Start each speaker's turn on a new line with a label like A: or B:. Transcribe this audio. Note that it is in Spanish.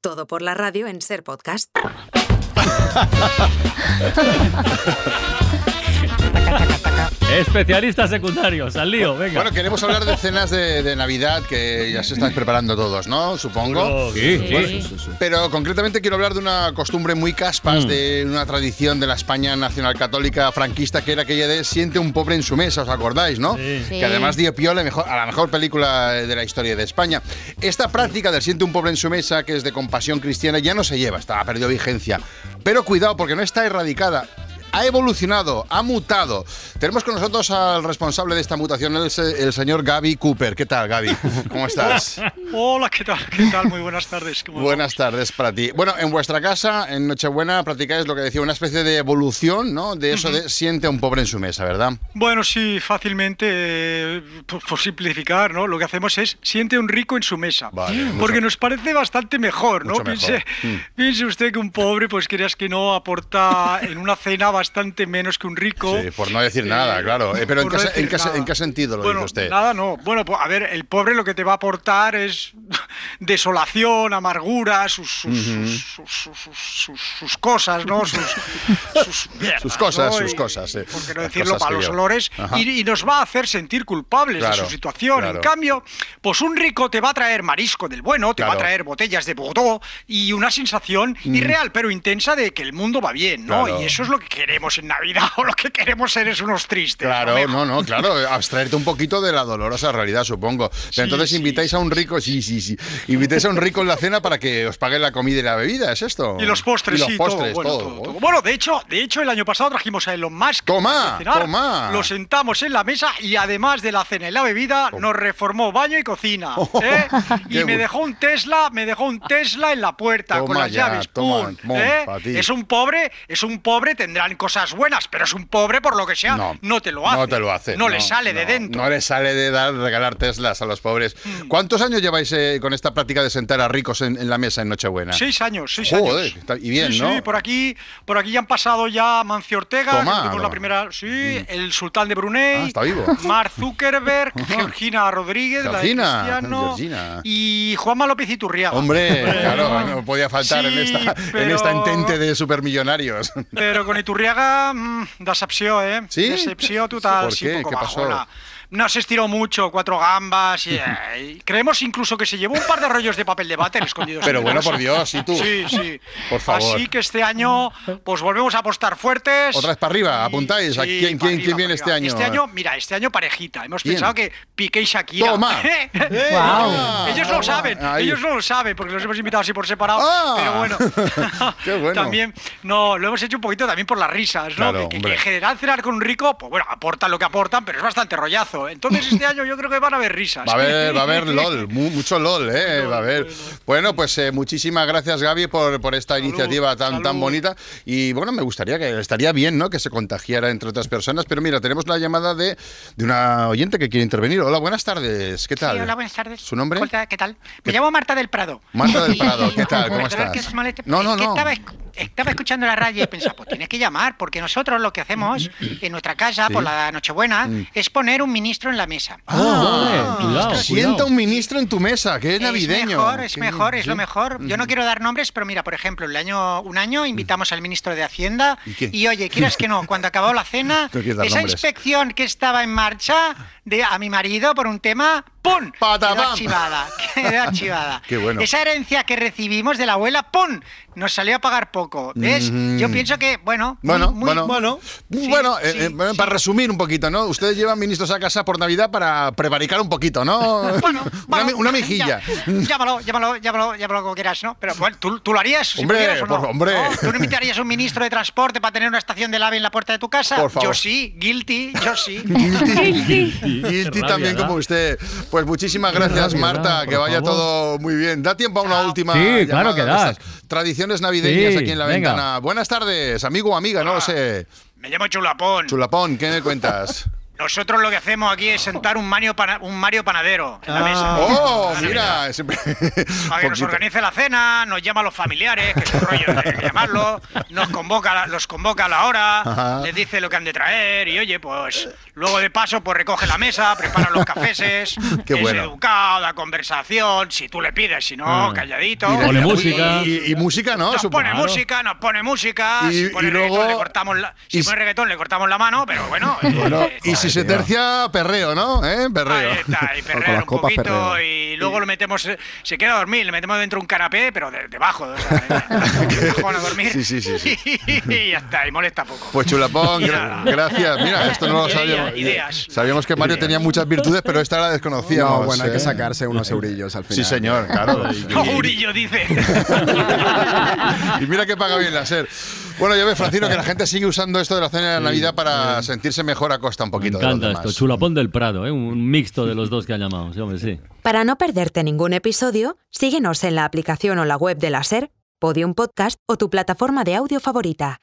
A: Todo por la radio en Ser Podcast.
B: Especialistas secundarios, al lío, venga.
C: Bueno, queremos hablar de cenas de, de Navidad que ya se estáis preparando todos, ¿no? Supongo.
B: Oh, sí,
C: Bueno,
B: sí.
C: Pero concretamente quiero hablar de una costumbre muy
B: Mm.
C: caspas, de una tradición de la España nacional católica franquista, que era aquella de siente un pobre en su mesa, ¿os acordáis, no?
B: Sí.
C: Que además dio pie a la, mejor, a la mejor película de la historia de España. Esta práctica del siente un pobre en su mesa, que es de compasión cristiana, ya no se lleva, está, ha perdido vigencia. Pero cuidado, porque no está erradicada. Ha evolucionado, ha mutado. Tenemos con nosotros al responsable de esta mutación, el, se- el señor Gaby Cooper. ¿Qué tal, Gaby? ¿Cómo estás?
D: Hola, ¿qué tal? ¿Qué tal? Muy buenas tardes. ¿Cómo
C: Buenas tardes para ti. Bueno, en vuestra casa, en Nochebuena, practicáis lo que decía, una especie de evolución, ¿no? De eso de siente a un pobre en su mesa, ¿verdad?
D: vamos? Bueno, sí, fácilmente, eh, por, por simplificar, ¿no? Lo que hacemos es siente un rico en su mesa. Mm.
C: Vale, mucho-
D: porque nos parece bastante mejor, ¿no?
C: mucho
D: Piense,
C: mejor. Mm.
D: piense usted que un pobre, pues creas que no, aporta en una cena bastante menos que un rico.
C: Sí, por no decir nada, claro. Eh, pero ¿en qué,
D: por
C: se-
D: decir
C: en qué se-
D: nada.
C: en qué sentido lo
D: bueno,
C: dice usted?
D: Nada, no. Bueno, pues, a ver, el pobre lo que te va a aportar es desolación, amargura, sus, sus, sus- sus- sus- sus- sus cosas, ¿no? Sus, sus mierdas,
C: Sus cosas,
D: ¿no?
C: sus
D: Y-
C: cosas, sí.
D: Por qué no
C: Las
D: decirlo,
C: cosas que
D: para los
C: yo.
D: olores.
C: Ajá.
D: Y, y nos va a hacer sentir culpables de
C: Claro,
D: su situación.
C: claro.
D: En cambio, pues un rico te va a traer marisco del bueno, te va
C: Claro. Mm.
D: a traer botellas de Bordeaux y una sensación irreal pero intensa de que el mundo va bien, ¿no?
C: Claro.
D: Y eso es lo que queremos en Navidad o lo que queremos ser es unos tristes.
C: Claro,
D: amigo.
C: no, no, claro, abstraerte un poquito de la dolorosa realidad, supongo. Pero entonces
D: sí.
C: invitáis a un rico, sí, sí, sí, invitáis a un rico en la cena para que os pague la comida y la bebida, ¿es esto?
D: Y los postres,
C: Y los
D: sí,
C: postres,
D: todo, bueno,
C: todo, ¿eh?
D: todo, todo.
C: ¿no?
D: Bueno, de hecho, de hecho, el año pasado trajimos a Elon Musk.
C: Toma,
D: a cenar.
C: toma.
D: Lo sentamos en la mesa y además de la cena y la bebida, nos reformó baño y cocina. ¿eh?
C: Oh. qué
D: y me
C: bu-
D: dejó un Tesla, me dejó un Tesla en la puerta con
C: Toma
D: las
C: ya,
D: llaves.
C: toma,
D: pum,
C: pum,
D: ¿eh?
C: pa' ti.
D: Es un pobre, es un pobre, tendrán cosas buenas, pero es un pobre por lo que sea, no, te lo hace.
C: No te lo hace.
D: No, le sale de
C: no,
D: dentro. Mm.
C: No le sale de dar, regalar Teslas a los pobres. ¿Cuántos años lleváis eh, con esta práctica de sentar a ricos en, en la mesa en Nochebuena?
D: Seis años, seis
C: Joder,
D: años.
C: está- y bien,
D: sí,
C: ¿no?
D: Sí, por aquí, por aquí ya han pasado ya Mancio Ortega,
C: Toma,
D: que tuvimos
C: toma.
D: la primera, sí, el sultán de Brunei,
C: Mm. Ah, está vivo.
D: Mark Zuckerberg, Georgina Rodríguez,
C: Georgina,
D: la de Cristiano,
C: Georgina.
D: y Juanma López Iturriaga.
C: Hombre, claro, no podía faltar en,
D: Sí,
C: esta, en
D: pero-
C: esta entente de supermillonarios.
D: Pero con Iturriaga, mm, decepció, ¿eh?
C: ¿Sí?
D: Decepció total,
C: ¿Por
D: sí,
C: qué?
D: poco
C: ¿Qué pasó?
D: bajona. No se estiró mucho, cuatro gambas. Y, eh, y creemos incluso que se llevó un par de rollos de papel de váter escondidos.
C: Pero
D: entre
C: bueno,
D: bolsas.
C: por Dios, ¿y tú?
D: Sí, sí.
C: Por favor.
D: Así que este año, pues volvemos a apostar fuertes.
C: Otra vez para arriba,
D: Y-
C: apuntáis. ¿A
D: sí,
C: quién- quién-
D: para
C: quién
D: arriba,
C: viene
D: para
C: este
D: arriba.
C: año?
D: Este año, mira, este año parejita. Hemos
C: ¿Quién?
D: pensado que Piqué y Shakira.
C: ¡Toma!
D: ¡Eh!
C: Guau.
D: Ellos lo saben,
C: Ahí.
D: ellos no lo saben, porque los hemos invitado así por separado.
C: Ah.
D: Pero bueno,
C: Qué bueno.
D: también, no, lo hemos hecho un poquito también por las risas, ¿no?
C: Claro,
D: Que- que, que
C: hombre.
D: en general cenar con un rico, pues bueno, aportan lo que aportan, pero es bastante rollazo. Entonces este año yo creo que van a haber risas.
C: Va a haber, va a haber LOL, mu- mucho LOL, ¿eh? Va a haber. Bueno, pues eh, muchísimas gracias, Gaby, por, por esta
D: Salud,
C: iniciativa tan, tan
D: salud.
C: bonita. Y bueno, me gustaría que estaría bien, ¿no? Que se contagiara entre otras personas. Pero mira, tenemos la llamada de, de una oyente que quiere intervenir. Hola, buenas tardes. ¿Qué tal?
E: Sí, hola, buenas tardes.
C: ¿Su nombre?
E: Hola, ¿Qué tal? Me
C: ¿Qué-
E: llamo Marta del Prado.
C: Marta del Prado, ¿qué tal? ¿Cómo
E: Perdonad
C: estás?
E: que os moleste,
C: No,
E: es
C: no,
E: que
C: no.
E: Estaba, esc- estaba escuchando la radio y pensaba, pues tienes que llamar, porque nosotros lo que hacemos en nuestra casa
C: Sí. Mm.
E: por la Nochebuena es poner un ministro en la mesa.
B: Ah,
C: Ah,
B: cuidado,
C: sienta
B: cuidado.
C: un ministro en tu mesa, que es
E: Es
C: navideño.
E: mejor, es
C: Qué-
E: mejor, es
C: sí.
E: lo mejor. Yo no quiero dar nombres, pero mira, por ejemplo, el año, un año invitamos al ministro de Hacienda
C: ¿Y qué?
E: y, oye, quieras que no, cuando acabó la cena,
C: No quieres dar
E: esa
C: nombres.
E: inspección que estaba en marcha de a mi marido por un tema, ¡pum!
C: Patapam.
E: Quedó archivada, quedó archivada.
C: Qué bueno.
E: Esa herencia que recibimos de la abuela, ¡pum! Nos salió a pagar poco. ¿Ves?
C: Mm.
E: Yo pienso que, bueno, muy-
C: Bueno,
E: muy-
C: bueno,
D: bueno.
E: Sí,
C: Bueno, eh,
E: sí,
C: eh, bueno,
E: sí.
C: para resumir un poquito, ¿no? Ustedes llevan ministros a casa por Navidad para prevaricar un poquito, ¿no?
E: Bueno,
C: una,
E: bueno,
C: mi- una mejilla.
E: ya- Llámalo, llámalo, llámalo, llámalo como quieras, ¿no? Pero bueno, tú, tú lo harías. si
C: Hombre,
E: pudieras, ¿o no?
C: por- hombre.
E: ¿No? ¿Tú no invitarías a un ministro de transporte para tener una estación de lave en la puerta de tu casa?
C: Por favor.
E: Yo sí, guilty, yo sí.
C: Guilty
B: Qué rabia
C: también
B: da.
C: como usted. Pues muchísimas gracias,
B: rabia
C: Marta.
B: da,
C: que
B: por
C: vaya
B: favor.
C: todo muy bien. Da tiempo a una última.
B: Sí,
C: llamada
B: claro que
C: de
B: da.
C: estas Tradiciones navideñas
B: Sí,
C: aquí en la
B: venga.
C: ventana. Buenas tardes, amigo o amiga, no lo sé.
D: Me llamo Chulapón.
C: Chulapón, ¿qué me cuentas?
D: Nosotros lo que hacemos aquí es sentar un Mario, pana- un Mario Panadero en la
F: Ah.
D: mesa.
C: ¡Oh,
D: Ah,
C: mira! siempre-
D: Para que nos
C: Poquito.
D: organice la cena, nos llama a los familiares, que es un rollo de llamarlos, nos convoca, a la- los convoca a la hora,
C: Ajá.
D: les dice lo que han de traer y oye, pues luego de paso pues recoge la mesa, prepara los cafeses,
C: Qué
D: es
C: bueno.
D: educado, da conversación, si tú le pides, si no,
B: Mm.
D: calladito.
C: Mira,
B: Pone
C: y-
B: música.
C: Y, y música, ¿no?
D: Nos
C: Supongo.
D: pone música, nos pone música,
C: Y-
D: si pone
C: y luego-
D: reggaetón le cortamos la, si
C: y-
D: pone reggaetón le cortamos la mano, pero bueno, eh,
C: Bueno,
D: eh,
C: y si se tercia, perreo, ¿no? ¿Eh? Perreo.
D: Ahí está, y
F: O con
D: perrear
F: las
D: un
F: copas,
D: poquito
F: perreo.
D: y luego lo metemos, eh, se queda a dormir, le metemos dentro un canapé, pero de- debajo, o sea, debajo a dormir.
C: Sí, sí, sí, sí.
D: y ya está, y molesta poco.
C: Pues chulapón, gra-
D: Mira.
C: gracias. Mira, esto no lo
D: Idea,
C: sabíamos.
D: ideas.
C: Sabíamos que Mario tenía muchas virtudes, pero esta la desconocíamos.
F: No, bueno, hay
C: ¿eh?
F: que sacarse unos eurillos al
C: Sí,
F: final.
C: señor, claro.
D: Aurillo dice.
C: Y mira que paga bien la SER. Bueno, yo veo, Francino, que la gente sigue usando esto de la cena de la Navidad para sentirse mejor a costa un
B: Me
C: poquito de los
B: encanta
C: demás.
B: esto, chulapón del Prado, ¿eh? un mixto de los dos que ha llamado, sí, hombre, sí.
A: Para no perderte ningún episodio, síguenos en la aplicación o la web de la SER, Podium Podcast o tu plataforma de audio favorita.